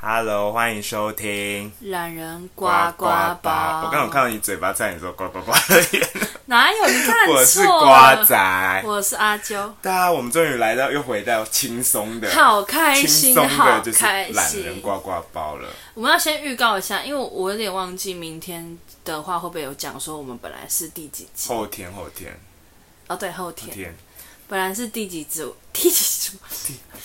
Hello，欢迎收听懒人呱呱吧。我刚有看到你嘴巴在你说呱呱 呱的脸，哪有？你看错了。我是瓜仔。我是阿娇，大家，我们终于来到又回到轻松的、好开啊轻心，松好的，就是开懒人心。呱呱包了。我们要先预告一下，因为我有点忘记明天的话会不会有讲说我们本来是第几集？后天，后天，哦，对，后天天，本来是第几集？第几 集？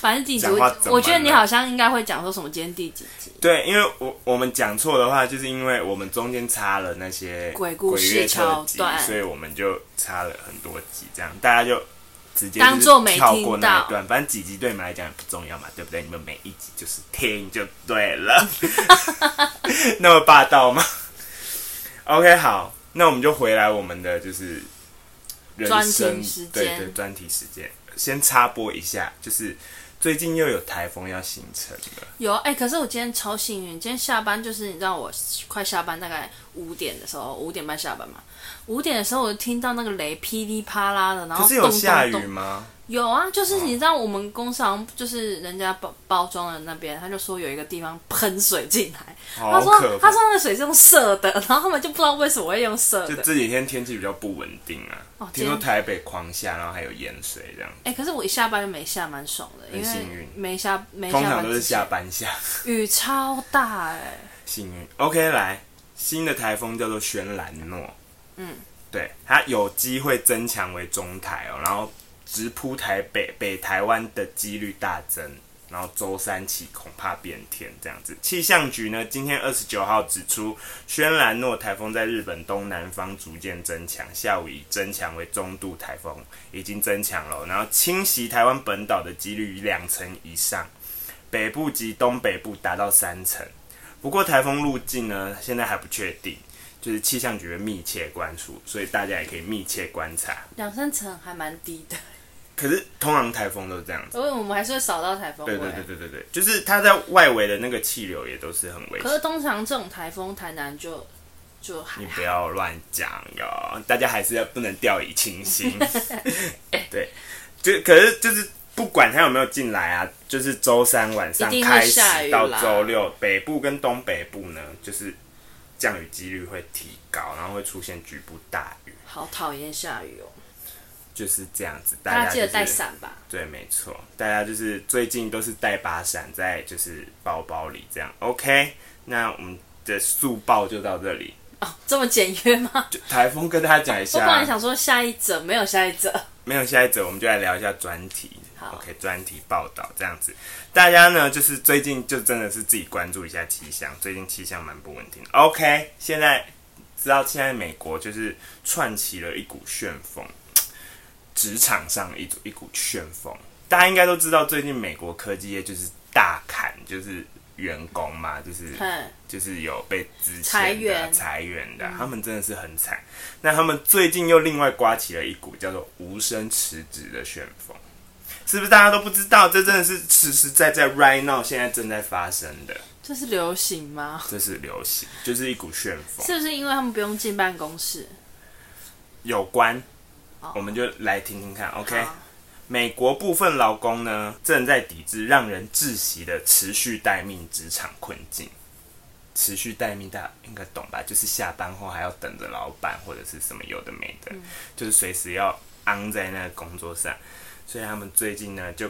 反正第几集讲话怎么。了我觉得你好像应该会讲说什么今天第几集？对，因为我我们讲错的话，就是因为我们中间插了那些鬼故事鬼月特辑桥段所以我们就插了很多集，这样大家就直接当做作没跳过听那到一段，反正几集对你们来讲也不重要嘛，对不对？你们每一集就是听就对了， 那么霸道吗？OK，好，那我们就回来我们的就是人专题生时间对对专题时间，先插播一下，就是最近又有台风要形成了。有哎、可是我今天超幸运，今天下班就是你知道我快下班，大概五点的时候，五点半下班嘛。五点的时候，我就听到那个雷噼里啪啦的，然后可是有咚下咚雨咚吗？哦有啊，就是你知道我们工厂就是人家包包装的那边，他就说有一个地方喷水进来，好他说可怕他！说那个水是用射的，然后他们就不知道为什么会用射就的。这几天天气比较不稳定啊，哦听今天说台北狂下，然后还有淹水这样，哎、可是我一下班就没下，蛮爽的，因很幸为运没下没哎下通班常都是之前下班下，雨超大哎、幸运。OK，来，新的台风叫做轩兰诺，嗯，对，它有机会增强为中台哦，然后直扑台北北台湾的几率大增。然后周三起恐怕变天这样子。气象局呢，今天二十九号指出，轩兰诺台风在日本东南方逐渐增强，下午已增强为中度台风，已经增强了，然后侵袭台湾本岛的几率两成以上，北部及东北部达到三成。不过台风路径呢，现在还不确定，就是气象局会密切关注，所以大家也可以密切观察。两三层还蛮低的，可是通常台风都是这样子，因为我们还是会扫到台风尾。对对对对对对，就是它在外围的那个气流也都是很危可险。是通常这种台风，台南就就还你好不要乱讲哟，大家还是要不能掉以轻 心。对，就可是就是不管它有没有进来啊，就是周三晚上一定会开始下雨到啦周六，北部跟东北部呢，就是降雨几率会提高，然后会出现局部大雨。好讨厌下雨哦，就是这样子，大大家家、记就是、得带。伞吧。对，没错，大家就是最近都是带把伞在就是包包里这样。OK，那我们的速报就到这里。哦，这么简约吗？就台风跟大家讲一我本来下，想说下一则，没有下一则。没有下一则，我们就来聊一下专题。好 OK，专题报道这样子，大家呢就是最近就真的是自己关注一下气象，最近气象蛮不稳定的。OK，现在知道现在美国就是串起了一股旋风，职场上一股一股旋风。大家应该都知道，最近美国科技业就是大砍，就是员工嘛，就是嗯，就是有被之前裁员嗯裁员的啊、他们真的是很惨。那他们最近又另外刮起了一股叫做无声辞职的旋风，是不是大家都不知道？这真的是实实在在 right now 现在正在发生的，这是流行吗？这是流行，就是一股旋风是不是因为他们不用进办公室？有关哦。我们就来听听看，OK？好美国部分劳工呢，正在抵制让人窒息的持续待命职场困境。持续待命，大家应该懂吧？就是下班后还要等着老板或者是什么有的没的，就是随时要昂在那个工作上。所以他们最近呢，就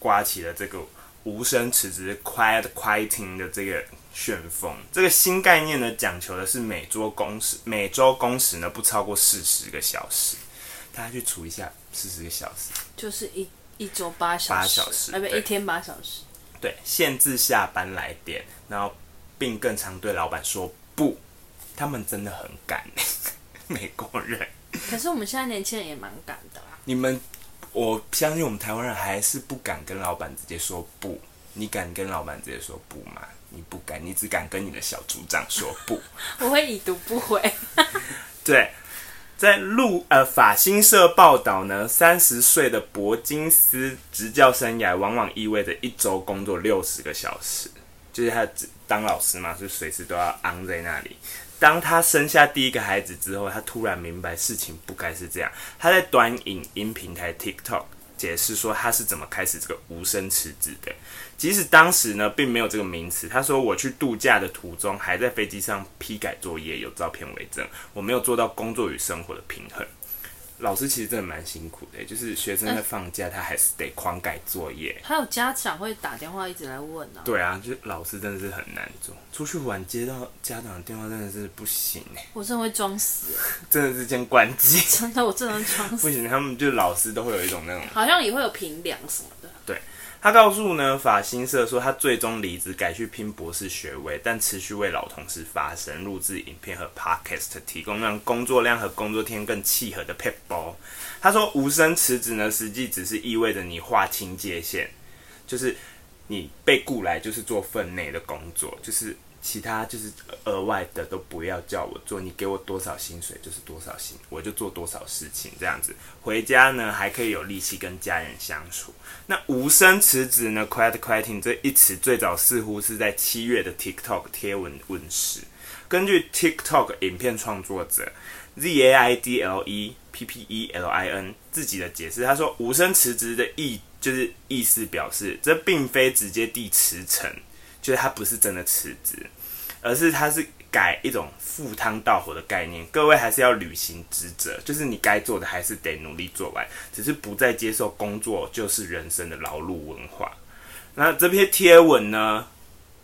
刮起了这个无声辞职 （quiet quitting） 的这个旋风。这个新概念呢，讲求的是每周工时，每周工时呢不超过四十个小时。大家去除一下四十个小时，就是一一周八小时，八小时哎，不，对一天八小时。对，限制下班来电，然后并更常对老板说不，他们真的很敢， 美国人，可是我们现在年轻人也蛮赶的啦。你们，我相信我们台湾人还是不敢跟老板直接说不，你敢跟老板直接说不吗？你不敢，你只敢跟你的小组长说不。我会已读不回，对，在路呃法新社报道呢，三十岁的铂金斯执教生涯往往意味着一周工作六十个小时，就是他只当老师嘛，就随时都要昂在那里。当他生下第一个孩子之后，他突然明白事情不该是这样。他在短影音平台 TikTok 解释说他是怎么开始这个无声辞职的。即使当时呢，并没有这个名词。他说：“我去度假的途中，还在飞机上批改作业，有照片为证。我没有做到工作与生活的平衡。”老师其实真的蛮辛苦的，欸就是学生在放假，他还是得狂改作业。还有家长会打电话一直来问啊，对啊，就是老师真的是很难做。出去玩接到家长的电话真的是不行哎，我真的会装死，欸真的是先关机， 真的我真的会装不死，行。他们就老师都会有一种那种好像也会有评量什么的。对他告诉呢法新社说，他最终离职，改去拼博士学位，但持续为老同事发声，录制影片和 podcast，提供让工作量和工作天更契合的 p e p l 他说，无声辞职呢，实际只是意味着你划清界限，就是你被雇来就是做分内的工作，就是。其他就是额外的都不要叫我做，你给我多少薪水就是多少薪，我就做多少事情这样子。回家呢还可以有力气跟家人相处，那无声辞职呢？Quiet quitting 这一词最早似乎是在七月的 TikTok 贴文问世。根据 TikTok 影片创作者 Z A I D L E P P E L I N 自己的解释，他说无声辞职的意就是意思表示，这并非直接地辞呈，就是他不是真的辞职，而是它是改一种赴汤蹈火的概念。各位还是要履行职责，就是你该做的还是得努力做完，只是不再接受工作就是人生的劳碌文化。那这篇贴文呢，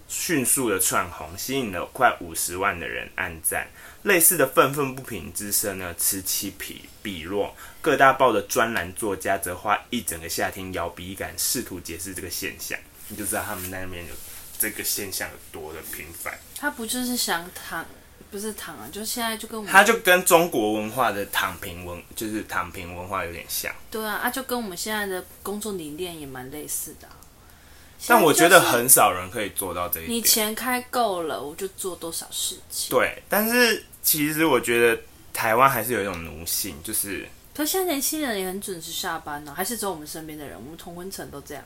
迅速的窜红，吸引了快五十万的人按赞。类似的愤愤不平之声呢，此起彼彼落。各大报的专栏作家则花一整个夏天摇笔杆，试图解释这个现象。你就知道他们那边有这个现象有多的频繁。他不就是想躺，不是躺啊，就是现在就跟我它们就跟中国文化的躺平文，就是躺平文化有点像，对啊，啊就跟我们现在的工作理念也蛮类似的啊、但我觉现在得就是很少人可以做到这一你点。钱开够了，我就做多少事情。对，但是其实我觉得台湾还是有一种奴性，就是可现在年轻人也很准时下班呢、哦还是只有我们身边的人，我们同婚层都这样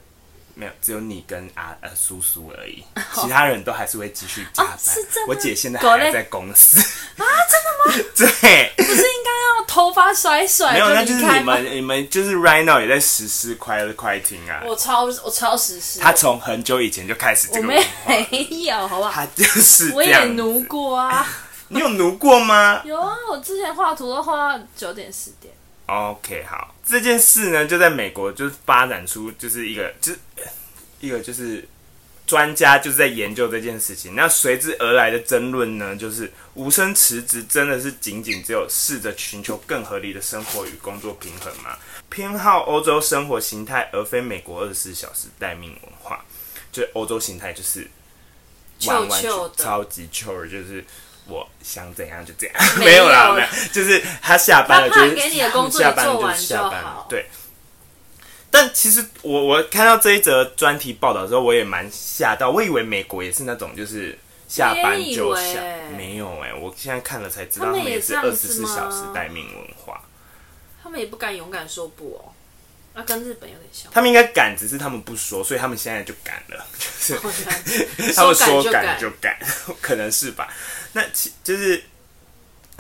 没有只有你跟阿呃叔叔而已，其他人都还是会继续加班。哦是这样吗我姐现在狗嘞还在公司 啊，真的吗？对，不是应该要头发甩甩没有，那就是哎离开你吗？们你们就是 right now 也在实施快乐快艇啊。我超我超实施，他从很久以前就开始这我个没文化，没有，好不好？他就是我这也样。奴过啊，你有奴过吗？有啊，我之前画图都画到九点十点， OK，好，这件事呢，就在美国就是发展出就是一个就是一个就是专家就是在研究这件事情。那随之而来的争论呢，就是无声辞职真的是仅仅只有试着寻求更合理的生活与工作平衡吗？偏好欧洲生活形态，而非美国二十四小时待命文化。就是欧洲形态，就是完完全旧旧的超级 chill，就是我想怎样就怎样，没 没有啦，有没有，就是他下班了他怕就是给你的工作下班你做完就下班就好对。但其实我我看到这一则专题报道的时候，我也蛮吓到，我以为美国也是那种就是下班就我也以下为，没有哎、我现在看了才知道，他他们们也也是这样二子十四吗小时待命文化，他们也不敢勇敢说不哦，那、跟日本有点像。他们应该敢，只是他们不说，所以他们现在就敢了，就是哦 他说们说赶改就改，就赶， 可能是吧。那其就是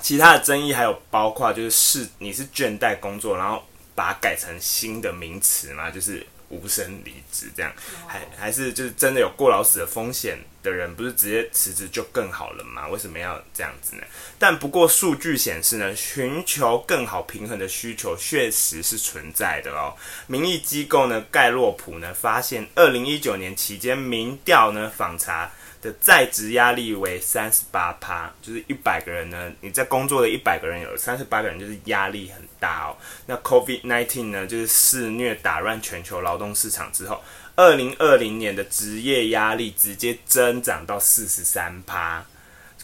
其他的争议还有包括就是是你是倦怠工作，然后把它改成新的名词嘛，就是无声离职这样，还还是就是真的有过劳死的风险的人，不是直接辞职就更好了吗？为什么要这样子呢？但不过数据显示呢，寻求更好平衡的需求确实是存在的哦。民意机构呢盖洛普呢发现，二零一九年期间民调呢访查的在职压力为三十八趴，就是一百个人呢，你在工作的一百个人有三十八个人就是压力很大哦。那 COVID nineteen 呢，就是肆虐打乱全球劳动市场之后，二零二零年的职业压力直接增长到四十三趴。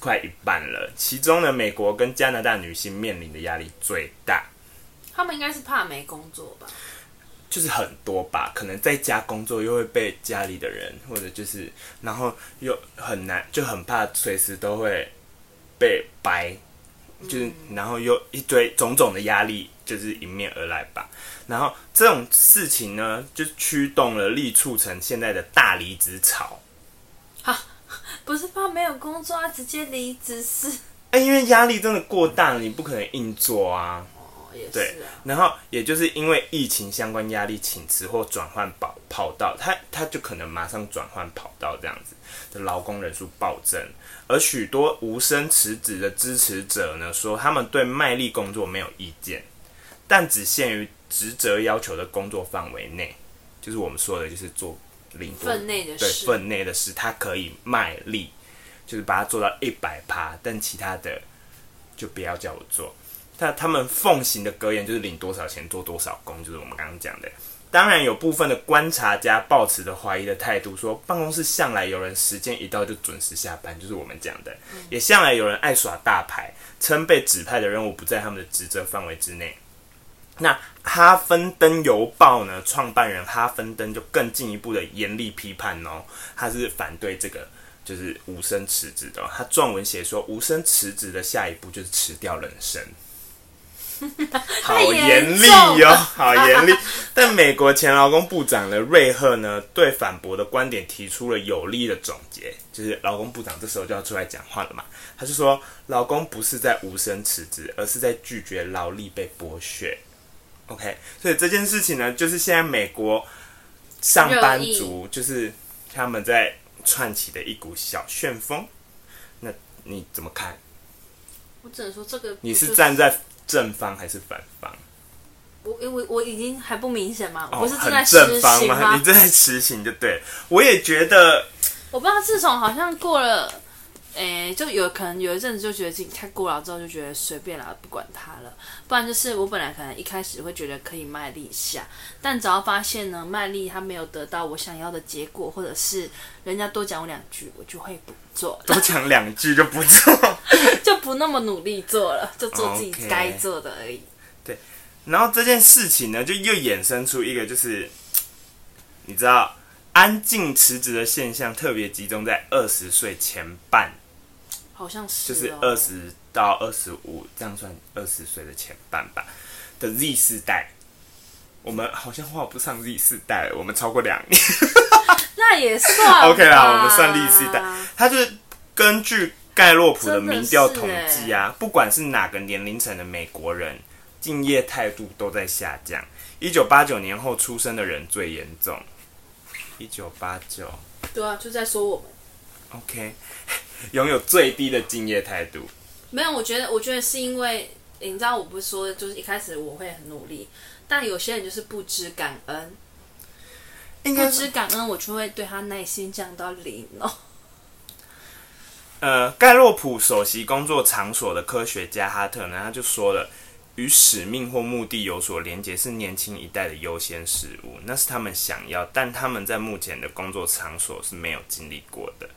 快一半了，其中呢，美国跟加拿大女性面临的压力最大，他们应该是怕没工作吧？就是很多吧，可能在家工作又会被家里的人，或者就是，然后又很难，就很怕随时都会被掰，就是然后又一堆种种的压力就是迎面而来吧。然后这种事情呢，就驱动了力促成现在的大离职潮。不是怕没有工作啊，直接离职是哎、因为压力真的过大了，你不可能硬做啊。哦，也是对啊，，然后也就是因为疫情相关压力请辞或转换跑跑道，他他就可能马上转换跑道这样子的劳工人数暴增，而许多无声辞职的支持者呢说，他们对卖力工作没有意见，但只限于职责要求的工作范围内，就是我们说的，就是做领多分内的对事分内的事，他可以卖力，就是把它做到一百趴，但其他的就不要叫我做。那他们奉行的格言就是领多少钱做多少工，就是我们刚刚讲的。当然，有部分的观察家抱持着怀疑的态度，说办公室向来有人时间一到就准时下班，就是我们讲的，嗯也向来有人爱耍大牌，称被指派的任务不在他们的职责范围之内。那《哈芬登邮报》呢，创办人哈芬登就更进一步的严厉批判哦，他是反对这个就是无声辞职的哦、他撰文写说，无声辞职的下一步就是辞掉人生。好严厉哟、 好严厉。但美国前劳工部长的瑞赫呢，对反驳的观点提出了有力的总结，就是劳工部长这时候就要出来讲话了嘛。他就说，劳工不是在无声辞职，而是在拒绝劳力被剥削。OK，所以这件事情呢，就是现在美国上班族就是他们在串起的一股小旋风。那你怎么看？我只能说这个你是就是站在正方还是反方？我因为我我已经还不明显嘛，我哦，不是正很在正实方行吗？你正在实行就对了。我也觉得，我不知道，自从好像过了，诶、就有可能有一阵子就觉得自己太过劳之后，就觉得随便啦，不管它了。不然就是我本来可能一开始会觉得可以卖力一下，但只要发现呢，卖力它没有得到我想要的结果，或者是人家多讲我两句，我就会不做，多讲两句就不错。 就不那么努力做了，就做自己 OK 该做的而已。然后这件事情呢，就又衍生出一个，就是你知道，安静辞职的现象特别集中在二十岁前半，好像就是、哦，是二十到二十五，这样算二十岁的前半吧的 Z 世代。我们好像画不上 Z 世代了，我们超过两年。那也 算 OK 啦，我们吧算历史代，它就是根据盖洛普的民调统真的计是啊，不管是哪个年龄层的美国人，敬业态度都在下降。一九八九年后出生的人最严重。一九八九对啊，就在说我们。 ，OK，拥 有最低的敬业态度。没有，我觉得，我觉得是因为你知道，我不是说，就是一开始我会很努力，但有些人就是不知感恩，应不该知感恩，我就会对他耐心降到零哦。呃，盖洛普首席工作场所的科学家哈特呢，他就说了，与使命或目的有所连结是年轻一代的优先事物，那是他们想要，但他们在目前的工作场所是没有经历过的。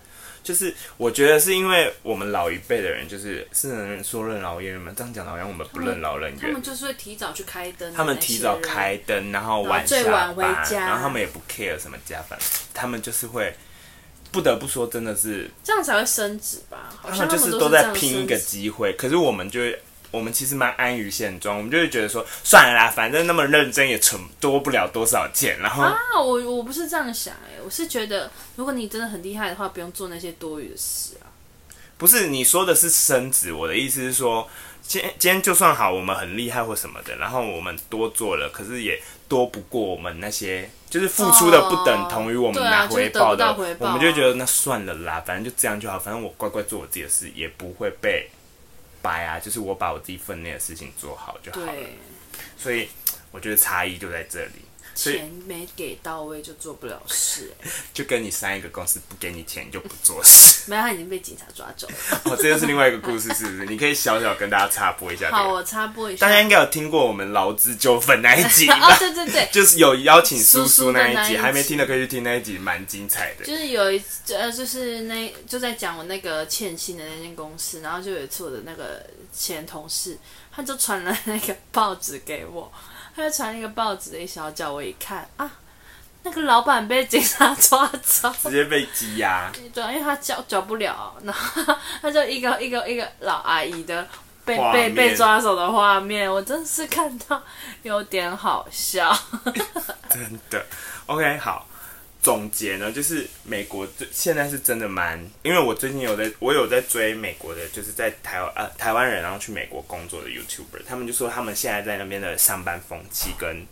就是我觉得是因为我们老一辈的人，就是是能说任劳任怨吗？这样讲好像我们不任劳任他怨们。就是会提早去开灯，他们提早，开灯，然后晚最下晚回班家然后他们也不 care 什么加班，他们就是会不得不说，真的是这样才会升职吧？好他像们就们是都都这在样拼一升个职机会，可是我们就会，我们其实蛮安于现状，我们就会觉得说，算了啦，反正那么认真也存多不了多少钱，然后、啊！我我不是这样想哎、我是觉得如果你真的很厉害的话，不用做那些多余的事啊。不是你说的是升职，我的意思是说，今天今天就算好，我们很厉害或什么的，然后我们多做了，可是也多不过我们那些。就是付出的不等同于我们哦对啊拿就是回得不报的，到回报我啊们就觉得那算了啦，反正就这样就好，反正我乖乖做我自己的事，也不会被掰啊。就是我把我自己分内的事情做好就好了。对，所以我觉得差异就在这里，所以钱没给到位就做不了事、欸。就跟你上一个公司不给你钱你就不做事。 没有，他已经被警察抓走了。哦，这又是另外一个故事，是不是？你可以小小跟大家插播一下、这好，啊个。我插播一下。大家应该有听过我们劳资纠纷那一集吧？ 哦，对对对，就是有邀请叔叔的那那一集，一还没集听的可以去听那一集，蛮精彩的。就是有一次呃，就是那就在讲我那个欠薪的那间公司，然后就有一次我的那个前同事，他就传了那个报纸给我，他就传了一个报纸的一小角，我一看啊，那个老板被警察抓走。 直接被羁押，对啊，因为他缴缴不了，然后他就一个一个一个老阿姨的被画被面被抓走的画面，我真是看到有点好笑。 真的。OK，好，总结呢，就是美国最现在是真的蛮，因为我最近有在，我有在追美国的，就是在台湾呃台湾人然后去美国工作的 YouTuber，他们就说他们现在在那边的上班风气跟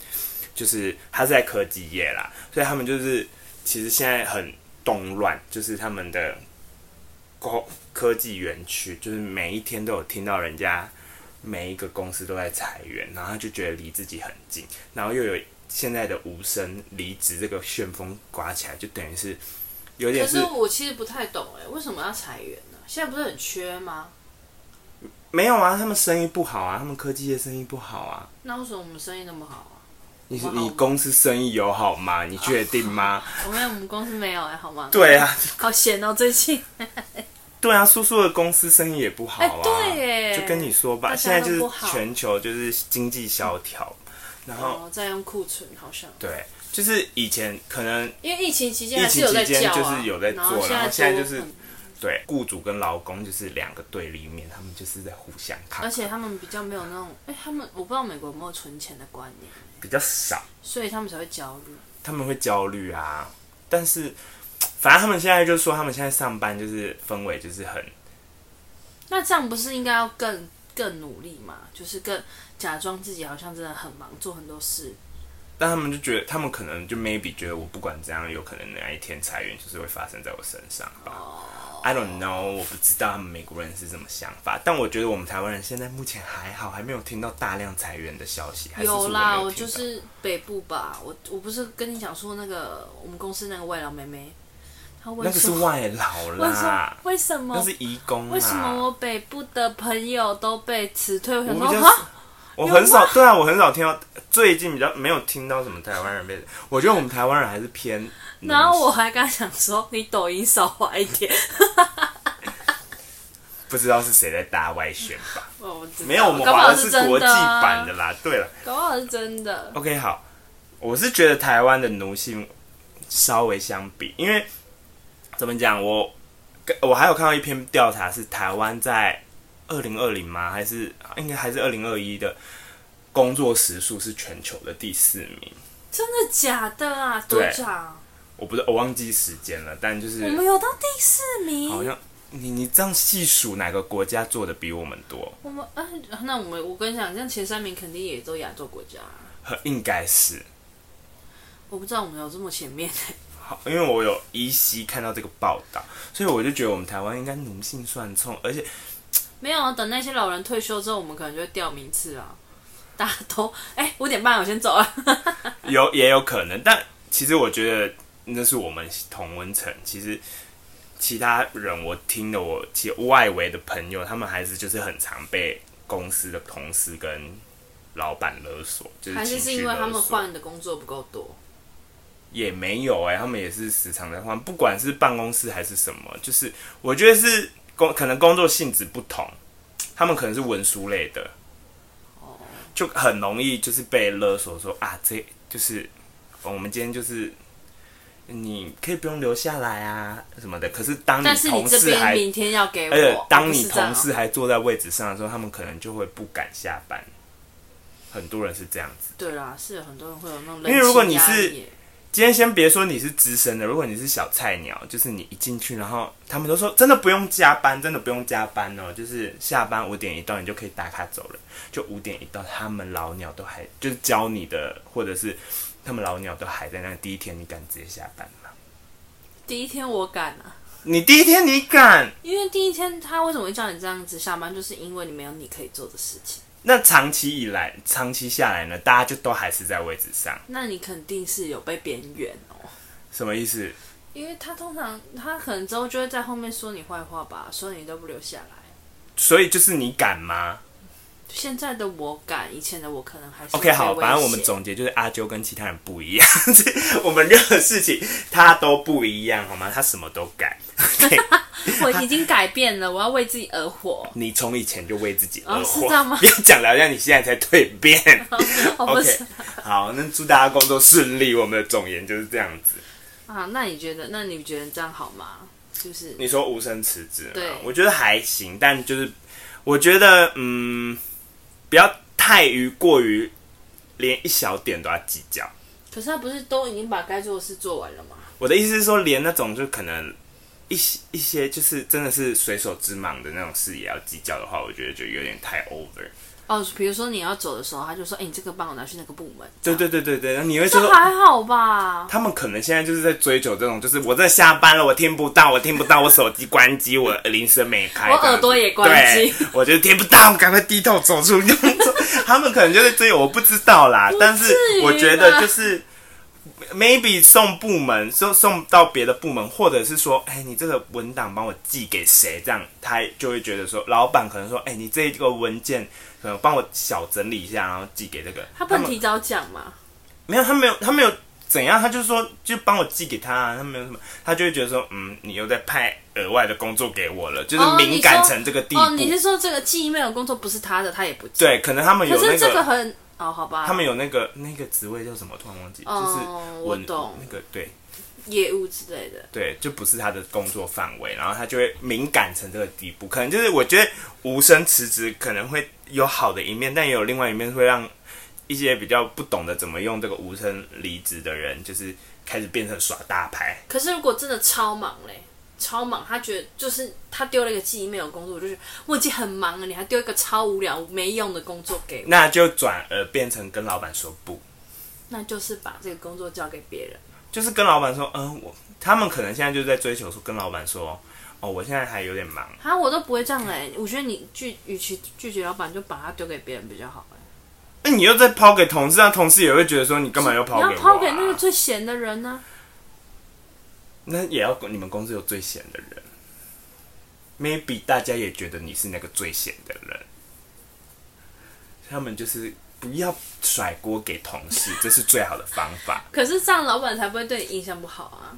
就是他是在科技业啦，所以他们就是其实现在很动乱，就是他们的高科技园区，就是每一天都有听到人家每一个公司都在裁员，然后他就觉得离自己很近，然后又有现在的无声离职这个旋风刮起来，就等于是有点可是是我其实不太懂哎，为什么要裁员呢？现在不是很缺吗？没有啊，他们生意不好啊，他们科技业生意不好啊。那为什么我们生意那么好啊？你我好你公司生意有好吗？你确定 吗？我们我们公司没有哎，好吗？，对啊，好闲哦，最近对啊，叔叔的公司生意也不好啊。哎对耶就跟你说吧，大现在家都就是不好全球就是经济萧条，然后、哦，在用库存好像。对，就是以前可能因为疫情期间疫还是情有在期间叫就啊，是有在做，然后然后现现在就多是很对雇主跟劳工就是两个对立面，他们就是在互相而看，且他们比较没有那种，哎、他们我不知道美国有没有存钱的观念，比较少，所以他们才会焦虑。他们会焦虑啊。但是反正他们现在就说，他们现在上班就是氛围就是很那这样不是应该要更更努力吗？就是更假装自己好像真的很忙，做很多事。但他们就觉得，他们可能就 maybe 觉得我不管怎样，有可能哪一天裁员就是会发生在我身上吧。I don't know，我不知道他们美国人是什么想法，但我觉得我们台湾人现在目前还好，还没有听到大量裁员的消息。还是有是啦，我没我有听到就是北部吧，我我不是跟你讲说那个我们公司那个外劳妹妹，她为那个什是么？外劳 为什么啦？，为什么那是移工啊啦。为什么我北部的朋友都被辞退？我我想比说，较哈，我很少对啊，我很少听到，最近比较没有听到什么台湾人被。我觉得我们台湾人还是偏。然后我还跟他讲说，你抖音少滑一点。不知道是谁在大外宣吧？哦我知道没 有，我们搞不华好的是国际真啊版的，啦。对了。搞不好是真的。 OK，好，我是觉得台湾的奴性稍微相比，因为怎么讲，我跟我还有看到一篇调查是台湾在二零二零吗？还是应该还是二零二一的工作时数是全球的第四名。真的假的啊？多对长？我不是我忘记时间了，但就我是们有到第四名，好像你你这样细数哪个国家做的比我们多，我们啊，那我们我跟你讲，这样前三名肯定也都亚洲国家。呵应该是我不知道我们有这么前面， 好，因为我有依稀看到这个报道，所以我就觉得我们台湾应该奴性算冲，而且没有啊。等那些老人退休之后，我们可能就会掉名次啊。大家都哎，五、点半我先走了。有嗯也有可能，但其实我觉得那是我们同温层。其实其他人我听的我，其实外围的朋友，他们还是就是很常被公司的同事跟老板勒索，就是还情是是绪因为他勒们索换的工作不够多，也没有哎、他们也是时常在换，不管是办公室还是什么，就是我觉得是工可能工作性质不同，他们可能是文书类的，就很容易就是被勒索说啊，这就是我们今天就是你可以不用留下来啊什么的。可是当你但是你同这事边还明天要给而且我，当不你是这样同哦事还坐在位置上的时候，他们可能就会不敢下班。很多人是这样子。对啦，是有很多人会有那种人因为如果情你压是力耶今天先别说你是资深的，如果你是小菜鸟，就是你一进去，然后他们都说真的不用加班，真的不用加班哦，就是下班五点一到你就可以打卡走了，就五点一到，他们老鸟都还就是教你的，或者是他们老鸟都还在那第一天，你敢直接下班吗？第一天我敢啊。你第一天你敢？因为第一天他为什么会叫你这样子下班，就是因为你没有你可以做的事情，那长期以来，长期下来呢，大家就都还是在位置上，那你肯定是有被边缘哦。什么意思？因为他通常他可能之后就会在后面说你坏话吧，说你都不留下来。所以就是你敢吗？现在的我敢，以前的我可能还是 OK，好，反正我们总结就是阿啾跟其他人不一样， 这我们任何事情他都不一样，好吗？他什么都改。对，我已经改变了，我要为自己 而活。你从以前就为自己而哦是活，这样吗 别讲了，让你现在才蜕变。 我哦不 OK，是好，那祝大家工作顺利。我们的总言就是这样子。啊，那你觉得？那你觉得这样好吗？就是你说无声辞职吗，对我觉得还行，但就是我觉得嗯，不要太于过于连一小点都要计较。可是他不是都已经把该做的事做完了吗？我的意思是说，连那种就可能一些一些就是真的是随手之忙的那种事也要计较的话，我觉得就有点太 over。哦，比如说你要走的时候，他就说：“哎、你这个帮我拿去那个部门。”对对对对对，然后你会这说样，这还好吧？他们可能现在就是在追求这种，就是我在下班了，我听不到，我听不到，我手机关机，我铃声没开，我耳朵也关机对，我就听不到，赶快低头走出去。他们可能就在追我，我不知道啦，但是我觉得就是。maybe 送部门送送到别的部门，或者是说，哎、你这个文档帮我寄给谁？这样他就会觉得说，老板可能说，哎、你这个文件可能帮我小整理一下，然后寄给这个。他不能们提早讲嘛？没有，他没有，他没有怎样，他就说就帮我寄给他、啊，他没有什么，他就会觉得说，嗯，你又在派额外的工作给我了，就是哦敏感成这个地步。哦，你是说这个寄 email 工作不是他的，他也不记。对，可能他们有可那是这个很哦，好吧，他们有那个那个职位叫什么，突然忘记，哦就是文我懂那个对业务之类的，对，就不是他的工作范围，然后他就会敏感成这个地步，可能就是我觉得无声辞职可能会有好的一面，但也有另外一面会让一些比较不懂得怎么用这个无声离职的人，就是开始变成耍大牌。可是如果真的超忙嘞，超忙，他觉得就是他丢了一个记忆没有工作，我就觉得我已经很忙了，你还丢一个超无聊没用的工作给我，那就转而变成跟老板说不，那就是把这个工作交给别人。就是跟老板说，嗯、我他们可能现在就在追求说跟老板说，哦，我现在还有点忙，啊，我都不会这样嘞，我觉得你拒，与其拒绝老板，就把他丢给别人比较好欸。那、你又在抛给同事，那同事也会觉得说你干嘛又抛给你要我、啊？抛给那个最闲的人啊呢、那也要你们公司有最闲的人，maybe 大家也觉得你是那个最闲的人，他们就是不要甩锅给同事，这是最好的方法。可是这样老板才不会对你印象不好啊！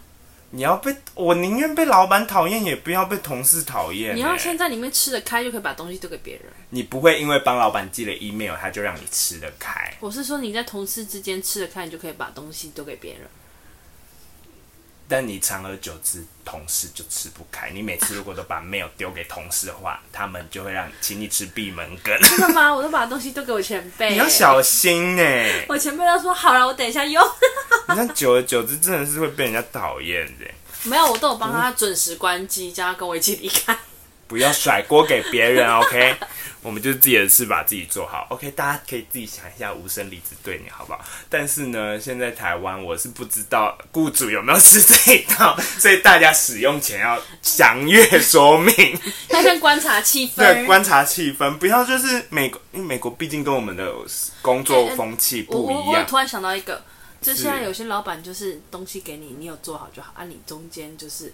你要被我宁愿被老板讨厌，也不要被同事讨厌欸、你要先在里面吃得开，就可以把东西丢给别人。你不会因为帮老板寄了 email，他就让你吃得开。我是说你在同事之间吃得开，你就可以把东西丢给别人。但你长而久之，同事就吃不开。你每次如果都把 mail 丢给同事的话，他们就会让请你吃闭门羹。真的吗？我都把东西丢给我前辈、你要小心呢、我前辈都说好了，我等一下用。 你看久而久之，真的是会被人家讨厌的。没有，我都有帮他准时关机，叫他跟我一起离 开。不要甩锅给别人，OK？我 们就是自己的事，把自己做好，OK？大家可以自己想一下无声离职对你好不好？但是呢，现在台湾我是不知道雇主有没有吃这一套， 所以大家使用前要详阅说 明。他先观察气对，氛。观察气氛，不要就是美国，因为美国毕竟跟我们的工作风气我不我一我样。突然想到一个，就现在有些老板就是东西给你，你有做好就好，啊，你中间就是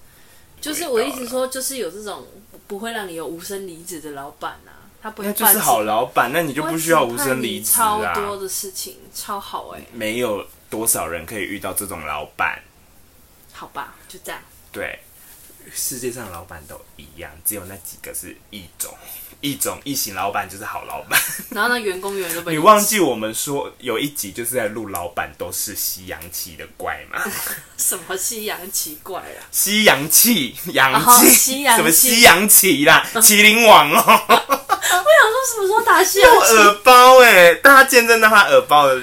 就是我一直说，就是有这种不会让你有无声离职的老板啊，他不会那就是好办老板，那你就事不需要无声离职超啊。多的事情，超好哎、没有多少人可以遇到这种老板，好吧，就这样。对，世界上老板都一样，只有那几个是一种，一种一型老板就是好老板。然后那员工永远都被 你忘记我们说有一集就是在录老板都是西洋气的怪吗？ 什么西洋奇怪啊？西洋气，洋哦气，西洋嗯什么气西洋棋 啦，麒麟王哦。我什么时候打西有洋棋耳包哎、大家见证到他耳包的，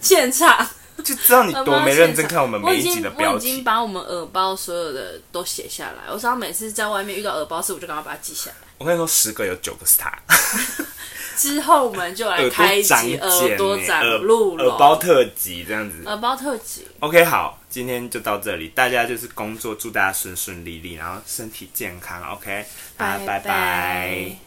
现场？就知道你多没认真看我们每一集的我标已经我已经题。把我们耳包所有的都写下来。我只要每次在外面遇到耳包事，我就赶快把它记下来。我跟你说，十个有九个是他，之后我们就来开一长集茧耳朵欸、长耳鹿耳茸、包特辑这样子。耳包特辑。 OK，好，今天就到这里，大家就是工作，祝大家顺顺利利，然后身体健康。OK，大家啊拜拜拜